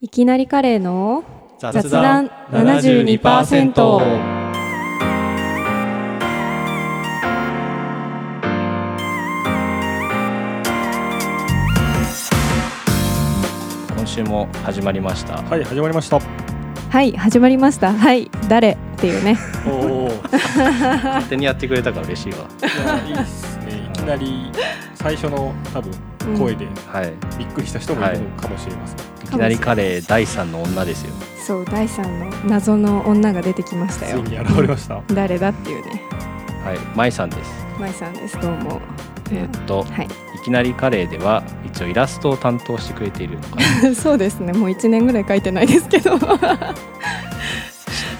いきなりカレーの雑談72%今週も始まりましたはい始まりました。はい始まりましたはい誰っていうねおお。い勝手にやってくれたから嬉しいわやいいですね。いきなり最初の多分声ではいびっくりした人もいるのかもしれません。いきなりカレー第三の女ですよそう第三の謎の女が出てきましたよついに現れました。誰だっていうねはい舞さんですまいさんですどうもえーっとはいいきなりカレーでは一応イラストを担当してくれているのかな そうですねもう一年ぐらい書いてないですけ ど知っ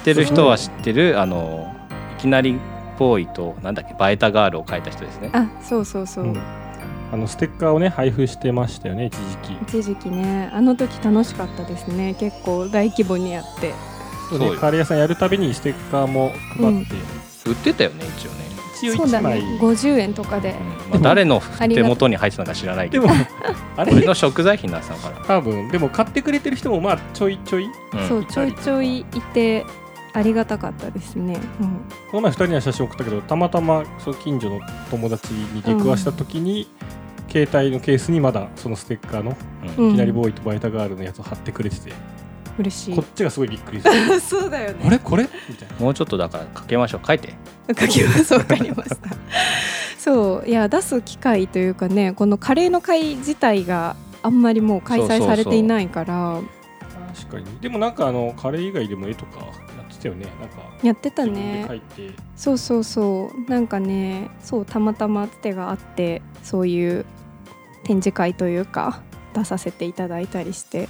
てる人は知ってるあのいきなりボーイとなんだっけバエタガールを描いた人ですねあそうそうそう、うんあのステッカーをね配布してましたよね一時期。一時期ねあの時楽しかったですね結構大規模にやってそうでよカレー屋さんやるたびにステッカーも配って、売ってたよね一応ね、一応そうだ一ね枚。 50円とかでうんまあ、誰の手元に入ってたのか知らないけ でどもあ俺れの食材費になってたのか多分でも買ってくれてる人もまあちょいちょい。な、うんそういちたょりいとかちょいいてありがたかったですね、うんこの前二人には写真送ったけどたまたまその近所の友達に出くわした時に、携帯のケースにまだそのステッカーのううんいきなりボーイとバイタガールのやつを貼ってくれてて、嬉しこいっちがすごいびっくりす る そうだよねあれこれみたいなもうちょっとだからかけましょう書いて書きますわかりましたそういや出す機会というかねこのカレーの会自体があんまりもう開催されていないから確かにでもなんかあのカレー以外でも絵とかやってたよねなんかやってた自分でね描いてそうそうそうなんかねそうたまたま手があってそういう展示会というか出させていただいたりして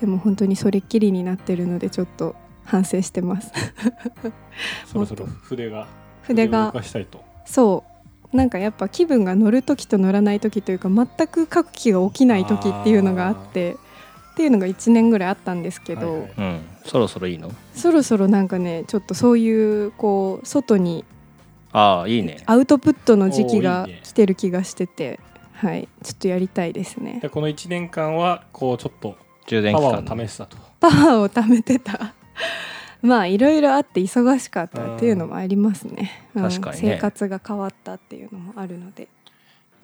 でも本当にそれっきりになってるのでちょっと反省してますそろそろ筆が筆を動がかしたいとそうなんかやっぱ気分が乗る時と乗らない時というか全く書く気が起きない時っていうのがあってっていうのが1年ぐらいあったんですけど、はいはいうんそろそろいいのそろそろなんかねちょっとそういうこう外にああいいねアウトプットの時期おがーいいね来てる気がしててはいちょっとやりたいですねでこの1年間はこうちょっと充電パ期間ワーを試したとパワーを貯めてた まあいろいろあって忙しかったっていうのもありますね、うんうん確かにね生活が変わったっていうのもあるので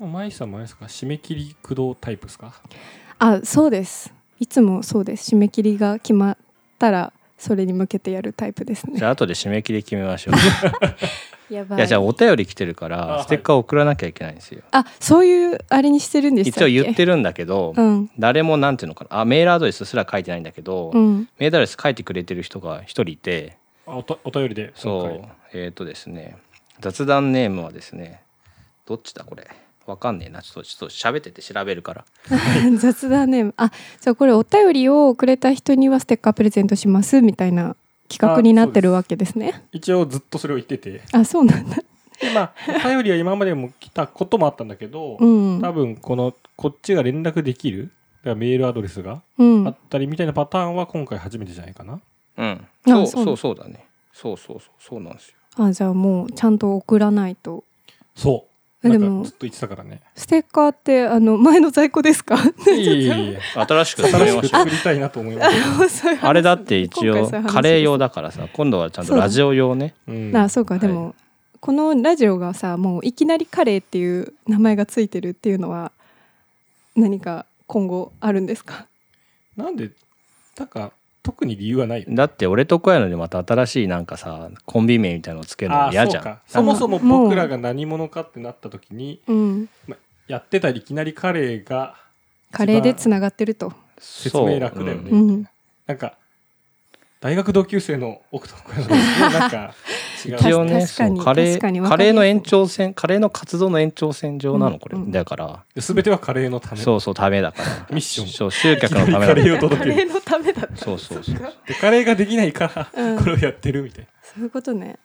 もう毎日さんもあれですか締め切り駆動タイプですかあそうですいつもそうです締め切りが決まったらそれに向けてやるタイプですじねゃあ後で締め切り決めましょうやばいいやじゃあお便り来てるかあはらいステッカー送らなきゃいけないんですよ、あそういうあれにしてるんでした一っ応け言ってるんだけど、うん誰もなんていうのかなあメールアドレスすら書いてないんだけど、うん メールアドレス書いてくれてる人が一人いてあおとお便りでそ今う回えっ、とですね雑談ネームはですねどっちだこれわかんねえなちょっとちょっと喋ってて調べるから雑談ねあじゃあこれお便りをくれた人にはステッカープレゼントしますみたいな企画になってるわけですね一応ずっとそれを言っててあそうなんだでまあお便りは今までも来たこともあったんだけ ど、うん多分このこっちが連絡できるだからメールアドレスがうんあったりみたいなパターンは今回初めてじゃないかな、うんそうそそううなそのうだねそうそうそうそうなんですよあじゃあもうちゃんと送らないとそうでなもんかずっと言ってたからねステッカーってあの前の在庫ですか いえいえいえ新しく始新めしまくしょう作りたいなと思います、そういう話あれだって一今応回そういう話ですカレー用だからさ今度はちゃんとラジオ用ねうん、あそうかでも、はこのラジオがさもういきなりカレーっていう名前がついてるっていうのは何か今後あるんですかなんでなんか特に理由はないよねだって俺と小屋のでまた新しいなんかさコンビ名みたいなのつけるのあ嫌ーじそゃうんかそもそももう僕らが何者かってなった時にうんやってたりいきなりカレーがカレーでつながってると説説明楽だよねうんなんか大学同級生の奥と小山のなんか違う一応ね確かそにうカレ確かにーわかカりやすいレーの延長線カレーの活動の延長線上なのこれ、うんうんだから全てはカレーのためそうそうためだからミッションそう集客のためカだレーをカ届けレるーのためだったそうそうそうそうでカレーができないかうらんこれをやってるみたいな、そういうことね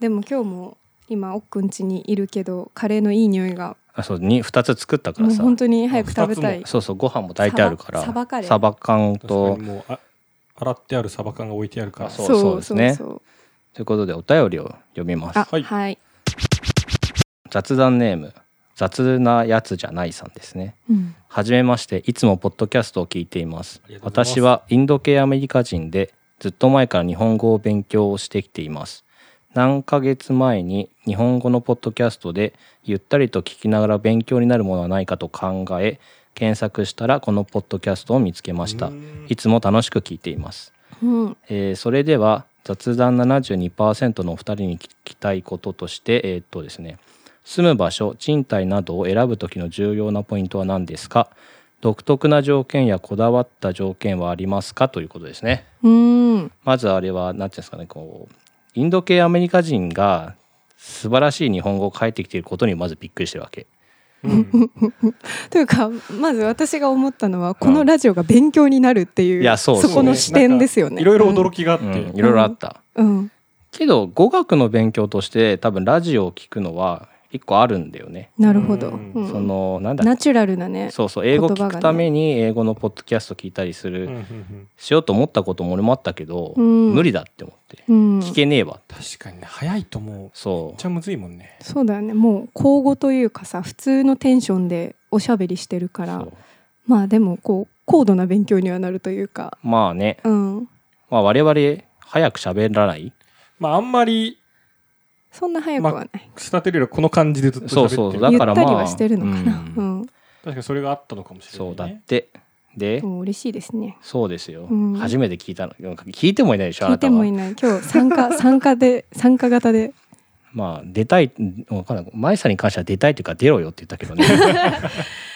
でも今日も今おっくん家にいるけどカレーのいい匂いがあそうに2つ作ったかもらうさ本当に早く食べたいそうそうご飯も炊いてあるからサバサバカレーバ缶確とかにもうあ洗ってあるサバ缶が置いてあるからあそうそうですねそうそうということでお便りを読みますあははいい、雑談ネーム雑なやつじゃないさんですねうんはじめましていつもポッドキャストを聞いていますありがとうございます私はインド系アメリカ人でずっと前から日本語を勉強をしてきています何ヶ月前に日本語のポッドキャストでゆったりと聞きながら勉強になるものはないかと考え検索したらこのポッドキャストを見つけましたうんいつも楽しく聞いていますうんえーそれでは雑談72%のお二人に聞きたいこととして、えーっとですね、住む場所賃貸などを選ぶ時の重要なポイントは何ですか独特な条件やこだわった条件はありますかということですね。うんまずあれは何て言うんですかねこうインド系アメリカ人が素晴らしい日本語を書いてきていることにまずびっくりしてるわけ。うんというかまず私が思ったのはこのラジオが勉強になるっていう、いやそうそうこの視点ですよね。いろいろ驚きがあって、うんいろいろあった。うんけど語学の勉強として多分ラジオを聞くのは一個あるんだよね。なるほど、うんうんそのなんだっけナチュラルなね。そうそう英語言聞葉がくねために英語のポッドキャスト聞いたりする、うんうんうんしようと思ったことも俺もあったけど、うん無理だって思って、うん、聞けねえわって確かにね早いともうめっそちゃむずいもんねそうだよねもう口語というかさ普通のテンションでおしゃべりしてるうかそらうまあでもこう高度な勉強にはなるというか、まあね、うん、まあ、我々早く喋らないまああんまりそんな早くはない、仕立てるよりはこの感じでずっとそう喋ってるそうだからまゆあったりはしてるのかな、ううんん確かにそれがあったのかもしれない、そね、うだってで、でも嬉しいですねそうですよ、うん初めて聞いたの聞いてもいないでしょあ聞ないたてはもいない今日参加参加で参加型でまあ出たい分かんないマイさんに関しては出たいというか出ろよって言ったけど ね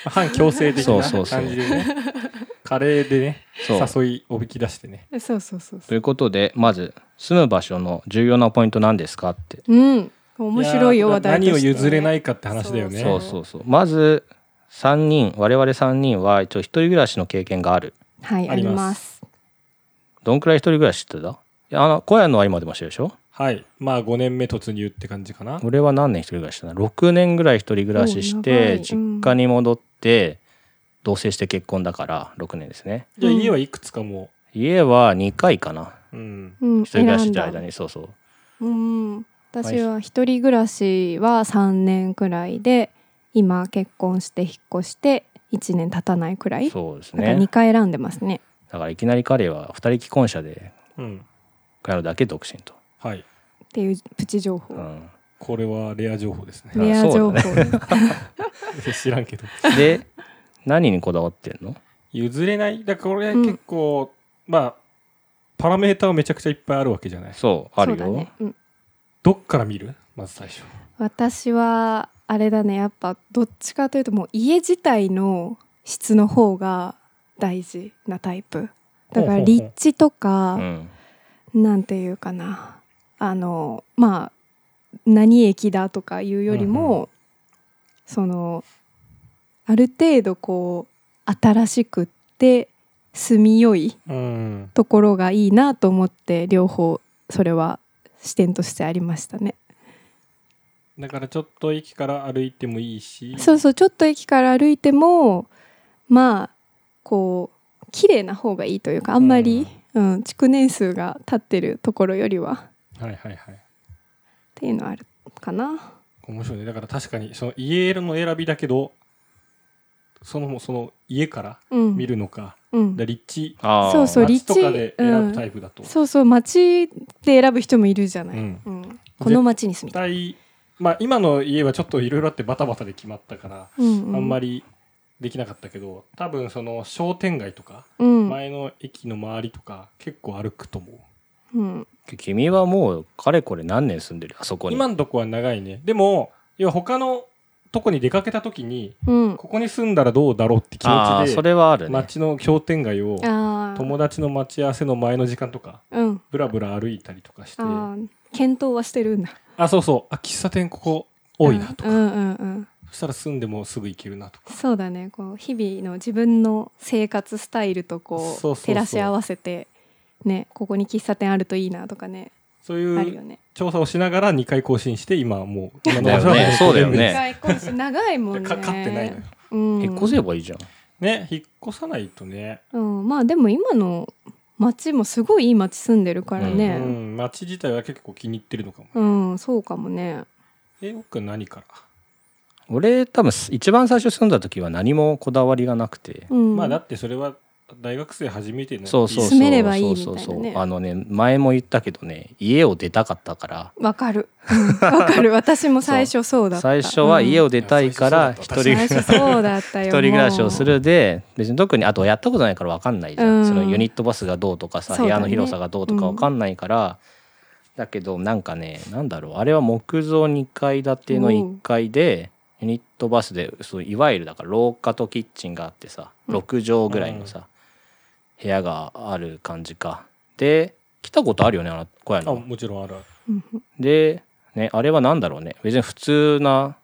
反強制的そうなそうそう感じでね カレーでねそう誘いおびき出してねそうそうそうとそいううことでまず住む場所の重要なポイント何ですかってうん面白いよや話ー題として何を譲れないいかって話だよねそうそうそうまず3人我々3人は一応一人暮らしの経験があるはいあありりまますどんくらい一人暮らしってたいやあの小屋のは今でもしてるでしょはいまあ5年目突入って感じかな俺は何年一人暮らししてた6年ぐらい一人暮らししおて長いうん実家に戻って同棲して結婚だから6年ですねじゃあ家はいくつかも家は2回かなう、うん、うん一人暮らししてる選んだ間にそうそううん私は一人暮らしは3年くらいで今結婚して引っ越して1年経たないくらいだかそうですらね2回選んでますねだからいきなり彼は2人既婚者でうん、彼だけ独身と、はいっていうプチ情う報ん、これはレア情報ですねレア情報あ 知らんけどで何にこだわって んの譲れないだからこれ結構、まあパラメーターはめちゃくちゃいっぱいあるわけじゃないそうあるよそうだねうんどっから見るまず最初私はあれだねやっぱどっちかというともう家自体の質の方が大事なタイプだからほうほうほう立地とうか、んなんていうかなあのまあ何駅だとかいうよりも、うんそのある程度こう新しくって住みよいうんところがいいなと思って両方それは視点としてありましたね。だからちょっと駅から歩いてもいいしそうそうちょっと駅から歩いてもまあこう綺麗な方がいいというかあんまり、うん築年数が経ってるところよりはっはいはいはいていうのはあるかな。面白いねだから確かにその家の選びだけどそのその家からうん、見るのか、うんで立地あーそうそう街立と地かで選ぶタイプだと、そうそう街で選ぶ人もいるじゃない、ううんんこの街に住みたい、大まあ今の家はちょっといろいろあってバタバタで決まったから、うんうん、あんまり、りできなかったけど多分その商店街とか、うん前の駅の周りとか結構歩くと思ううん、君はもうかれこれ何年住んでるあそこに今のとこは長いねでも要は他のとこに出かけた時にうん、ここに住んだらどうだろうって気あ持あちそでれはあるね街の商店街をあー友達の待ち合わせの前の時間とかうんブラブラ歩いたりとかしてあー検討はしてるんだあそうそうあ喫茶店ここ多いなとか、うんうんうんそしたら住んでもすぐ行けるなとかそうだねこう日々の自分の生活スタイルとこうそうそうそう照らし合わせてねここに喫茶店あるといいなとかね、そうあいるようね。調査をしながら2回更新して今はもう今のだよね場所はもそうだよ一ね回今週長いもんね。 かかってないのようん、引っ越せばいいじゃんね引っ越さないとねうん、まあでも今の町もすごいいい町住んでるからうね。うん、ん街自体は結構気に入ってるのかもそうかもね。え奥は何から俺多分一番最初住んだ時は何もこだわりがなくて、うんまあだってそれは大学生初めてのそうそうそう住めればいいみたいなねそうそうそうあのね前も言ったけどね家を出たかったからわかるうんわ かる私も最初そうだった最初は家を出出たいからうん一人最暮らし初そうだったよ 一人暮らしをすもるで別に特にあとやったことないから分かんないじゃん、うんそのユニットバスがどうとかさ、そうだ部ね屋の広さがどうとか分かんないから、だけどなんかねなんだろうあれは木造2階建ての1階でユニットバスでそういわゆるだから廊下とキッチンがあってさうん6畳ぐらいのさ、部屋がある感じかで来たことあるよねあの小屋あの。もちろんあるあるううんで、ね、あれはなんだろうね別に普通な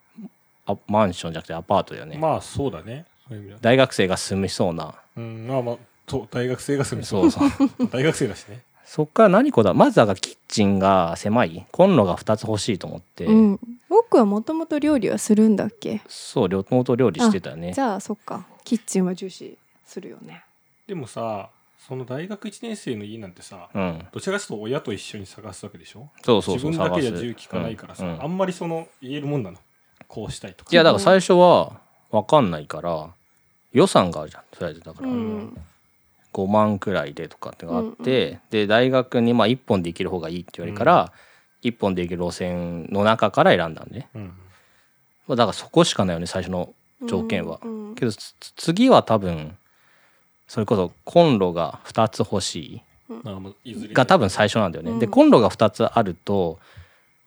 あマンションじゃなくてアパートだよね。まあそうだねそういう意味だ大学生が住みそうなうんまあまあそう大学生が住みそそううそう 大学生だしねそっから何こだまずだからキッチンが狭いコンロが2つ欲しいと思って、うん僕はもともと料理はするんだっけそう両方と料理してたよねじゃあそっかキッチンは重視するよねでもさその大学1年生の家なんてさうんどちらかというと親と一緒に探すわけでしょそうそうそう自分だけじゃ探す自由聞かないからさ、うんうんあんまりその言えるもんなのこうしたいとかいやだから最初は分かんないから予算があるじゃんとりあえずだかうらん5万くらいでとかってのがあって、で大学にまあ1本で行ける方がいいって言われるから、1本で行ける路線の中から選んだんで、ねうんまあ、だからそこしかないよね最初の条件はうんうんけどつ次は多分それこそコンロが2つ欲しまあまあいずれいが多分最初なんだよね、うんでコンロが2つあると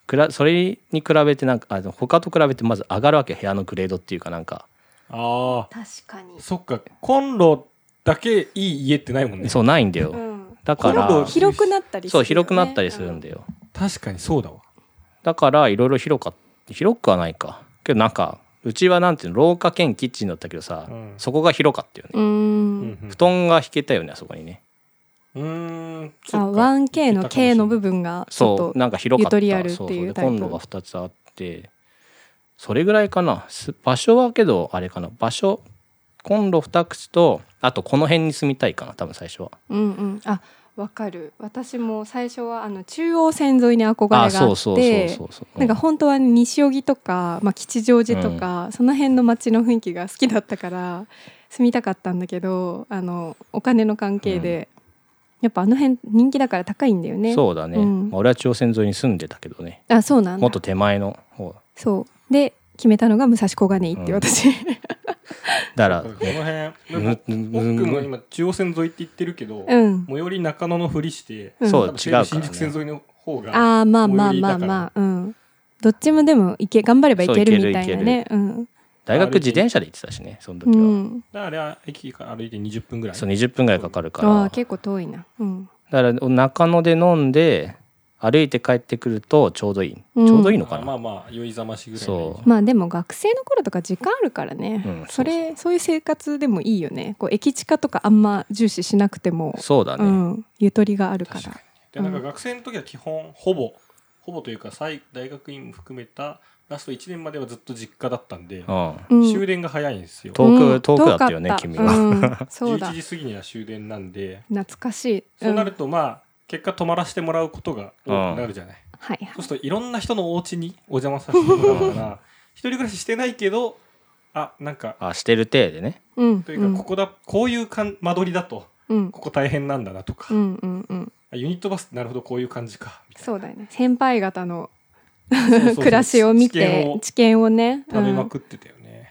くらそれに比べてなんかあの他と比べてまず上がるわけ部屋のグレードっていうかなんか、あ確かにあそっかコンロだけいい家ってないもんねそうないんだよ、うんだからコンロ広広くなったりするそようね広くなったりするんだよ、確かにそうだわだからいろいろ広か広くはないかけどなんかうちはなんていうの廊下兼キッチンだったけどさ、うんそこが広かったよね、うんうんうん布団が引けたよねあそこにねうーんそあっか 1K の K の部分がちょっそとうなんか広かったゆとりあるっていうそうそうでタイプコンロが2つあってそれぐらいかなす場所はけどあれかな場所コンロ2口とあとこの辺に住みたいかな多分最初はうんうんあわかる私も最初はあの中央線沿いに憧れがああってそうそうそうそうそうなんか本当は西荻とか、まあ、吉祥寺とか、その辺の街の雰囲気が好きだったから住みたかったんだけどあのお金の関係で、やっぱあの辺人気だから高いんだよねそうだね、うんまあ俺は中央線沿いに住んでたけどねあそうなんだもっと手前の方そうで決めたのが武蔵小金井っていう私、 だかそらっかこの辺なんかむむ僕も今中央線沿いって言ってるけど、うん、最寄り中野のふりして、うんそう多分違うからね新宿線沿いの方がああまあまあ最寄りまだかあらまあうんどっちもでもいけ頑張ればいけそういるけるみたいなねうん、大学自転車で行ってたしねその時うは、ん、だからあれ駅から歩いて20分ぐらいそう20分ぐらいかかるからああだ結構遠いなうんから中野で飲んで歩いて帰ってくるとちょうどいい、うんちょうどいいのかあまなあまあ酔いざましぐらいそうまあでも学生の頃とか時間あるからね、うんそれそういう生活でもいいよねこう駅近とかあんま重視しなくてもそうだね、ん、ゆとりがあるから確かでなんか学生の時は基本ほぼほぼというか最大学院も含めたラスト1年まではずっと実家だったんで、うんうん終電が早いんですよ遠くうん遠くだったよね遠か君はうんそうだ11時過ぎには終電なんで懐かしい、そうなるとまあ結果泊まらせてもらうことが多くなるじゃない、うんはいはいそうするといろんな人のお家にお邪魔させてもらうから 一人暮らししてないけどあなんかあしてる体でねうんというかここだ、こういうかん間取りだとうんここ大変なんだなとか、うんうんうんあユニットバスってなるほどこういう感じかみたいなそうだよね先輩方の そうそうそう 暮らしを見知見てを知見をね食べうんまくってたよね、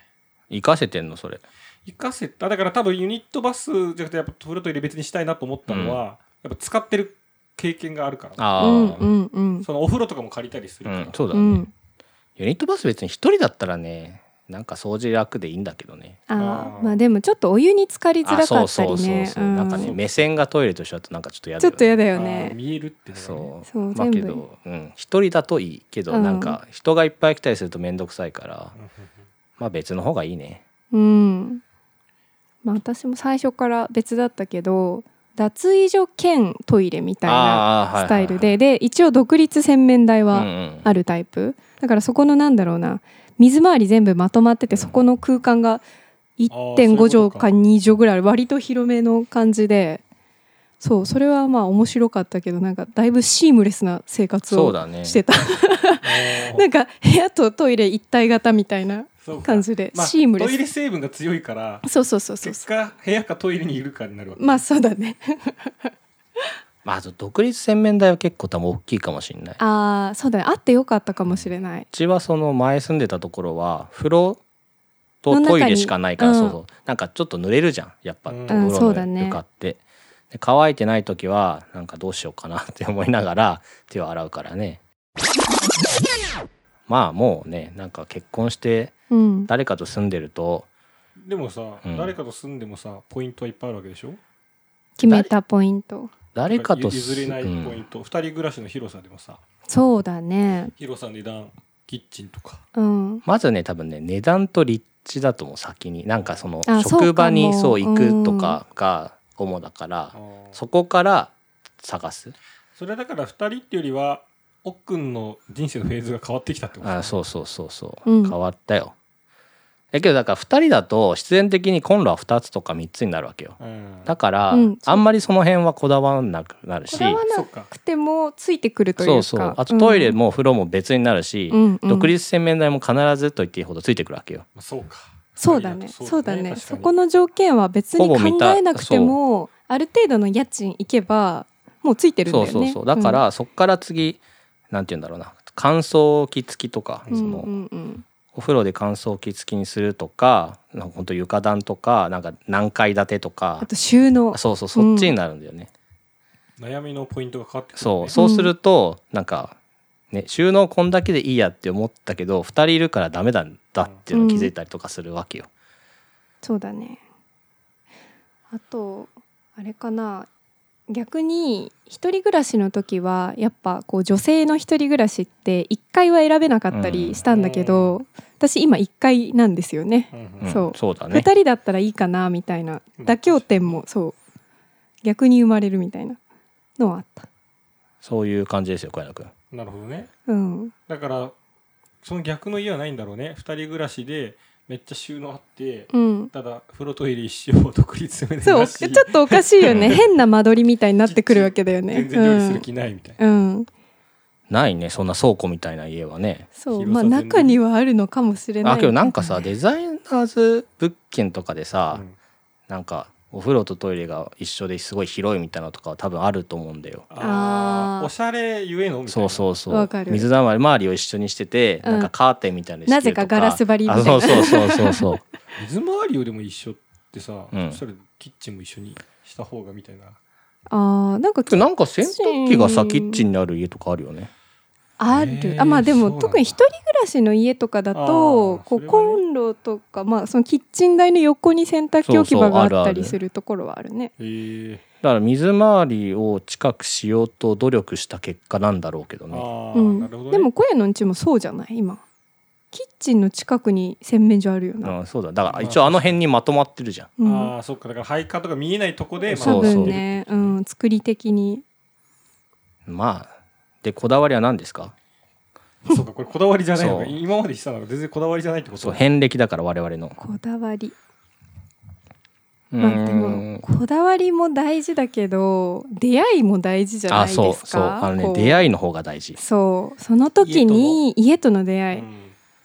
行かせてんのそれ行かせただから多分ユニットバスじゃなくてやっぱトルトイレ別にしたいなと思ったのは、やっぱ使ってる経験があるからああ、ううんんうんうんそのお風呂とかも借りたりするから、そうだうね、んユニットバス別に一人だったらねなんか掃除楽でいいんだけどねああーーまあでもちょっとお湯に浸かりづあらかそうったそりうそうねそうう、なんんかね目線がトイレと一緒だとなんかちょっと嫌だちょよっと嫌ねだよあーね見えるっていうのがねそそううだけ全部どうん一人だといいけど、うんなんか人がいっぱい来たりすると面倒くさいからまあ別の方がいいねうんまあ私も最初から別だったけど脱衣所兼トイレみたいなああはいスタイルはいでで一応独立洗面台はいはうんうんあるタイプだからそこのなんだろうな水回り全部まとまっててそこの空間がそういうこと1.5か畳か2畳ぐらい割と広めの感じでそうそれはまあ面白かったけどなんかだいぶシームレスな生活そうをだねしてたあー なんか部屋とトイレ一体型みたいなそうか感じで、まあシームレトイレス成分が強いからそうそうそうそう結果部屋かトイレにいるかになるわけ、まあそうだねまあ、あと独立洗面台は結構多分大きいかもしれない。うああそうだねあってよかったかもしれないちはその前住んでたところは風呂との中トにイレしかないから、うんそうそうなんかちょっと濡れるじゃんやっぱ、うんお風呂のそうだね床って、で乾いてない時はなんかどうしようかなって思いながら手を洗うからねまあもうねなんか結婚してうん誰かと住んでるとでもさ、うん誰かと住んでもさポイントはいっぱいあるわけでしょ決めたポイント誰かと譲れないすうんポイント、二人暮らしの広さでもさそうだね広さ値段キッチンとかうんまずね多分ね値段と立地だとも先になんかそのあそうかも職場にそう行くとうんかが主だから、そそこから探すそれはだから二人っていうよりは奥くんの人生のフェーズが変わってきたってことあうそうそうそうそう、うん変わったよだけどだから2人だと必然的にコンロは2つとか3つになるわけようんだから、うんあんまりその辺はこだわらなくなるしこだわそらなうかくてもついてくるというかそうそうあとトイレも風呂も別になるし、うんうん独立洗面台も必ずと言っていいほどついてくるわけよまあそうかそうだね二人とそうだねそ確こかにの条件は別にほぼ満考たえなくてもある程度の家賃いけばもうついてるんだそようねそうそうだか、らそっから次なんて言うんだろうな乾燥機付きとか、うんそうんうのんうんお風呂で乾燥機付きにするとかなんかほんと床暖とかなんか何階建てとあかと収納そうそうそっちになるんだよね、悩みのポイントが変わってくる、ね、そうそうするとなんか、ね、収納こんだけでいいやって思ったけど2人いるからダメなんだっていうのを気づいたりとかするわけよ。そうだねあとあれかな逆に一人暮らしの時はやっぱこう女性の一人暮らしって1階は選べなかったりしたんだけど、私今1階なんですよね、うんうんうんそうだ二ね2人だったらいいかなみたいなうん妥協点もそう逆に生まれるみたいなのはあったそういう感じですよ小柳君。なるほどねうんだからその逆の家はないんだろうね二人暮らしでめっちゃ収納あって、うんただ風呂トイレ一生独立するねそうちょっとおかしいよね変な間取りみたいになってくるわけだよね全然料理する気ないみたいな、うん、うん、ないねそんな倉庫みたいな家はね。そう広まあさ全然中にはあるのかもしれないあけどなんかさデザイナーズ物件とかでさ、うんなんかお風呂とトイレが一緒ですごい広いみたいなのとかは多分あると思うんだよ。ああーーおしゃれゆえのみたいそなうそうそわうかる水溜まり周りを一緒にしてて、うんなんかカーテンみたいなのになしてぜるとかガラス張りみたいなあそうそうそうそ うそう水回りよりも一緒ってさ、うんそしたらキッチンも一緒にした方がみたいなあーなんかでもなんか洗濯機がうさんキッチンにある家とかあるよねある、あまあでそうもなんだ特に一人暮らしの家とかだとあーこそうれはねコンロとか、まあ、そのキッチン台の横に洗濯機置き場があそうそうったあるありるするところはあるねえー、だから水回りを近くしようと努力した結果なんだろうけどねああ、うんなるほどでねも小屋のんちもそうじゃない今キッチンの近くに洗面所あるような、ん、そうだだから一応あの辺にまとまってるじゃんうんああそっかだから配管とか見えないとこで、まあ多そうそう分ねうん、作り的にまあでこだわりは何ですかそうかこれこだわりじゃないのかそう今までしたのが全然こだわりじゃないってことそう遍歴だから我々のこだわりうまあでーもんこだわりも大事だけど出会いも大事じゃないあですかそうそうあのねこう出会いの方が大事そうその時に家との出う会い、ん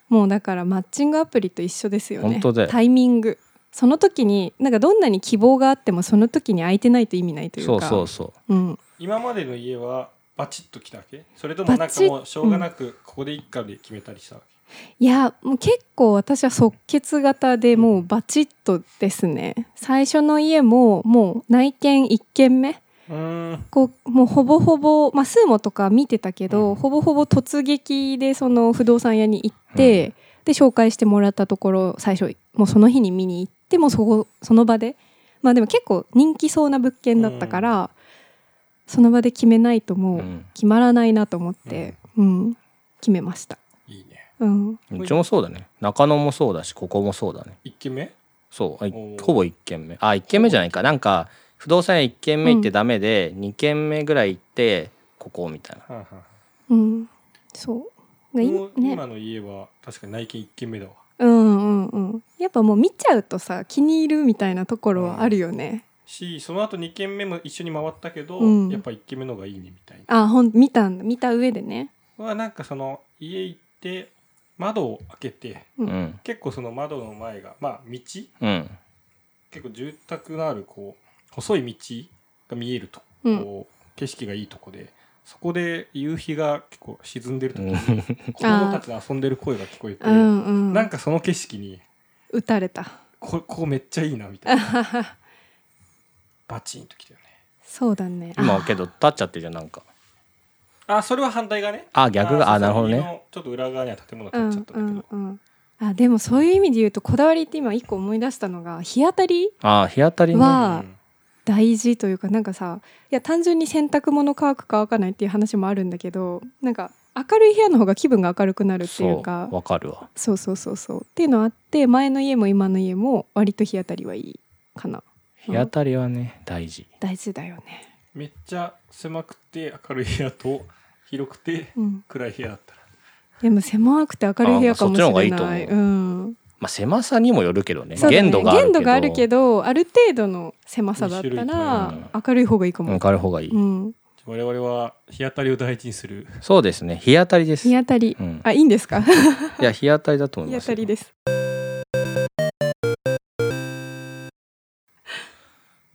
もうだからマッチングアプリと一緒ですよね本当だよタイミングその時になんかどんなに希望があってもその時に空いてないと意味ないというそうかそうそううん、今までの家はバチッと来たわけそれともなんかもうしょうがなくここで一家で決めたりしたわけ、いやもう結構私は即決型でもうバチッとですね最初の家ももう内見1軒目うーんこうもうほぼほぼ、まあ、スーモとか見てたけど、うんほぼほぼ突撃でその不動産屋に行って、で紹介してもらったところ最初もうその日に見に行ってもうそこその場でまあでも結構人気そうな物件だったから、その場で決めないとうもうん決まらないなと思って、うん決めました。いいねうん、うちもそうだね中野もそうだしここもそうだね一軒目そうあいおーほぼ1軒目あ一1軒目じゃないかなんか不動産屋1軒目行ってダメで、二2軒目ぐらい行ってここみたいなはんはんはんうん、そうがいいもうね今の家は確かに内見一軒目だわうんうんうんやっぱもう見ちゃうとさ気に入るみたいなところはあるよね、しその後2軒目も一緒に回ったけど、うんやっぱ1軒目の方がいいねみたいなあほん見たんだ見た上でねはなんかその家行って窓を開けてうん結構その窓の前がまあ道結うん構住宅のあるこう細い道が見えると、うんこう景色がいいとこでそこで夕日が結構沈んでるとうきんに子供たちの遊んでる声が聞こえて、うんうんなんかその景色に打た れたこここめっちゃいいなみたいなバチンときたよねそうだね今あけど立っちゃってるじゃんなんかあそれは反対がねあ逆があそうそなるうほど家ねのちょっと裏側には建物う建っちゃっんたうんだけんど、うんあでもそういう意味で言うとこだわりって今一個思い出したのが日当たりあ日当たりねわあ大事というかなんかさいや単純に洗濯物乾く乾かないっていう話もあるんだけどなんか明るい部屋の方が気分が明るくなるっていそうかうわかるわそうそうそうそうっていうのあって前の家も今の家も割と日当たりはいいかな日当たりはね大事大事だよねめっちゃ狭くて明るい部屋と広くてうん暗い部屋だったらでも狭くて明るい部屋かもしれないあそっちの方がいいとうんまあ狭さにもよるけどねそうだね限度があるけど限度があるけどある程度の狭さだった二ら種類と明るい方がいいかうもん、変わる方がいい、うん、我々は日当たりを大事にするそうですね日当たりです日当たり、うんあいいんですかいや日当たりだと思い日ま当すたりでです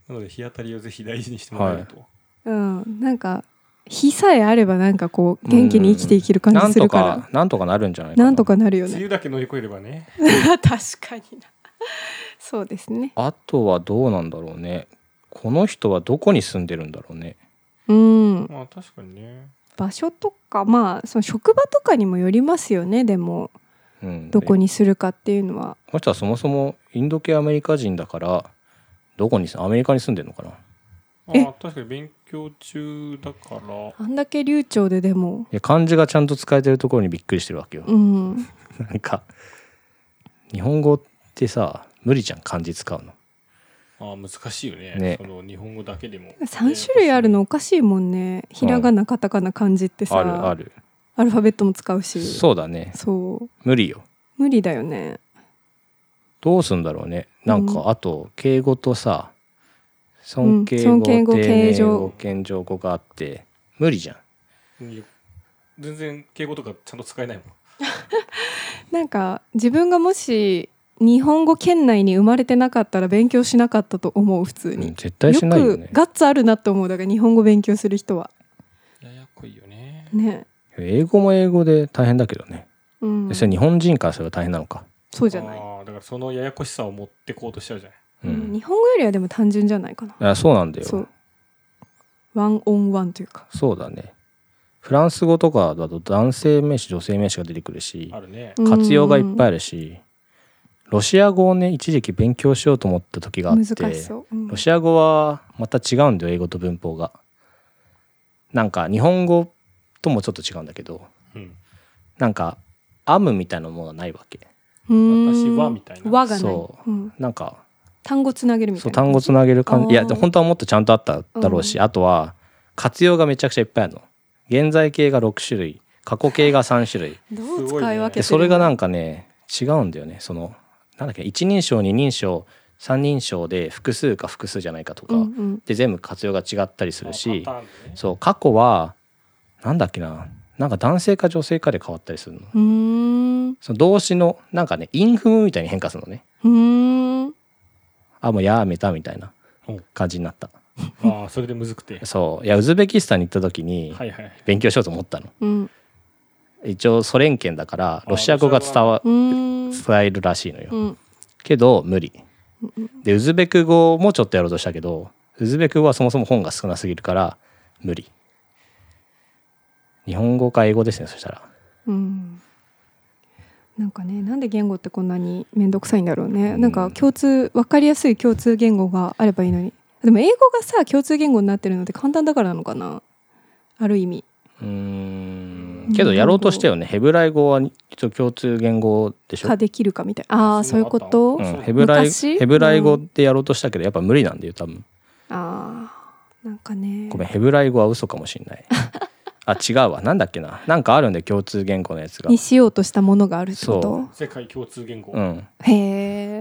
なので日当たりをぜひ大事にしてもらえると、うんなんか日さえあればなんかこう元気に生きていける感なじんすとるからかなんとかなるんじゃないかななんとかなるよ梅ね雨だけ乗り越えればね 確かになそうですねあとはどうなんだろうねこの人はどこに住んでるんだろうねうんまあ確かにね場所とかまあその職場とかにもよりますよねでもうんどこにするかっていうのはこの人はそもそもインド系アメリカ人だからどこに住アメリカに住んでるのかなあえ確かに勉強中だからあんだけ流暢ででもいや漢字がちゃんと使えてるところにびっくりしてるわけよ、 うんなんか日本語ってさ無理じゃん漢字使うのあ難しいよねねその日本語だけでも3種類あるのおかしいもんねひらがなカタカナ漢字ってさ、あるあるアルファベットも使うしそうだねそう無理よ無理だよねどうすんだろうねなんうかあと敬語とさ尊敬語、尊敬語丁寧敬上語謙譲語があって無理じゃんうん全然敬語とかちゃんと使えないもんなんか自分がもし日本語圏内に生まれてなかったら勉強しなかったと思う普通うんに、絶対しないよねくガッツあるなと思うだから日本語勉強する人はややこいよねね英語も英語で大変だけどね、うんそれ日本人からすれば大変なのか、そうじゃない、あーだからそのややこしさを持ってこうとしちゃうじゃないうんうん日本語よりはでも単純じゃないかなあそうなんだよそそううワンオンワンというかだねフランス語とかだと男性名詞女性名詞が出てくるしあるね活用がいっぱいいあるし、ロシア語をね一時期勉強しようと思った時があって難しそう、うんロシア語はまた違うんだよ英語と文法がなんか日本語ともちょっと違うんだけどうんなんか「アム」みたいなものがないわけうん私はみたいな和がないそうんなんか単語つなげるみたそいうな単語つなげる感あじーいやで本当はもっとちゃんとあっただろうし、うあとは活用がめちゃくちゃいっぱいあるの現在形が6種類過去形が3種類どうすごい使いね分けてるでそれがなんかね違うんだよねそのなんだっけ一人称二人称三人称で複数か複数じゃないかとか、うんうんで全部活用が違ったりするしあパターンでねそう過去はなんだっけななんか男性か女性かで変わったりするのうーんうその動詞のなんかねインフムみたいに変化するのねーんあもうやめたみたいなうん感じになったああそれでむずくてそういやウズベキスタンに行った時にはいはい勉強しようと思ったの、うん一応ソ連圏だからロシア語が伝わうーん伝えるらしいのよ、うんけど無理でウズベク語もちょっとやろうとしたけどウズベク語はそもそも本が少なすぎるから無理日本語か英語ですねそしたらうんなんかねなんで言語ってこんなに面倒くさいんだろうね、うんなんか共通分かりやすい共通言語があればいいのにでも英語がさ共通言語になってるのって簡単だからなのかなある意味うーんけどやろうとしてよねヘブライ語は一応共通言語でしょか、できるかみたいなああーそそうういいううこ、ことうそん、うヘブライ昔ヘブライ語でやろうとしたけどやっぱ無理なんだよ多分ああなんかねごめんヘブライ語は嘘かもし んないあ違うわなんだっけななんかあるんで共通言語のやつがにしようとしたものがあるってこそと世界共通言語、うんへえ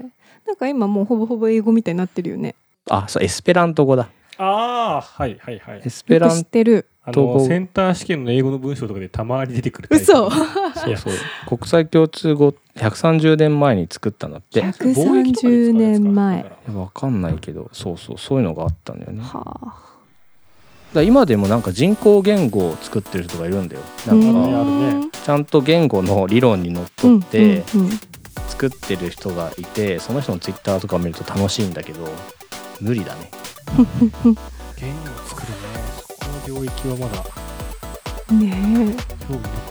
んか今もうほぼほぼ英語みたいになってるよねあそうエスペラント語だああはいはいはいエスペよくラ知っンてるあ統の合センター試験の英語の文章とかでたまに出てくる嘘タイそうそう国際共通語130年前に作ったんだってプの貿易とかで使われてたんですか年前だからわかんないけどそうそうそういうのがあったんだよねだかはあら今でもなんか人工言語を作ってる人がいるんだよなねんかあるねちゃんと言語の理論にのっとってうんうんうん作ってる人がいてその人のツイッターとかを見ると楽しいんだけど無理だね言語を作るねそこの領域はまだね興味持っ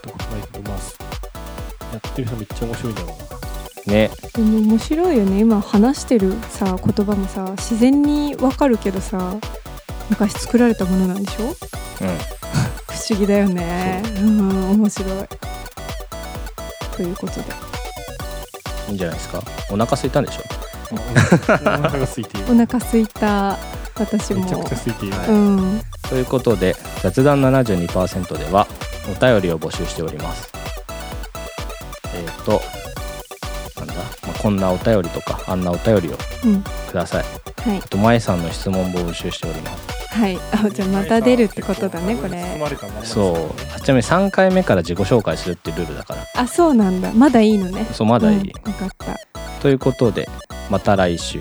たことないけどまあやってる人めっちゃ面白いんだろうなねえでも面白いよね今話してるさ言葉もさ自然にわかるけどさ昔作られたものなんでしょう不思議だよねうん面白いということでんいいんじゃないですかお腹空いたんでしょお腹が空いているお腹空いた私めもちゃくちゃ空いている、はうんということで雑談72%ではお便りを募集しておりますえっ、となんだ、まあ、こんなお便りとかあんなお便りをうんくださいはいあとまえさんの質問も募集しておりますはいあじゃあまた出るってことだねこ包れまれたままですかそらねうあちなみに3回目から自己紹介するってルールだからあそうなんだまだいいのねそうまだいい、うん、分かったということでまた来週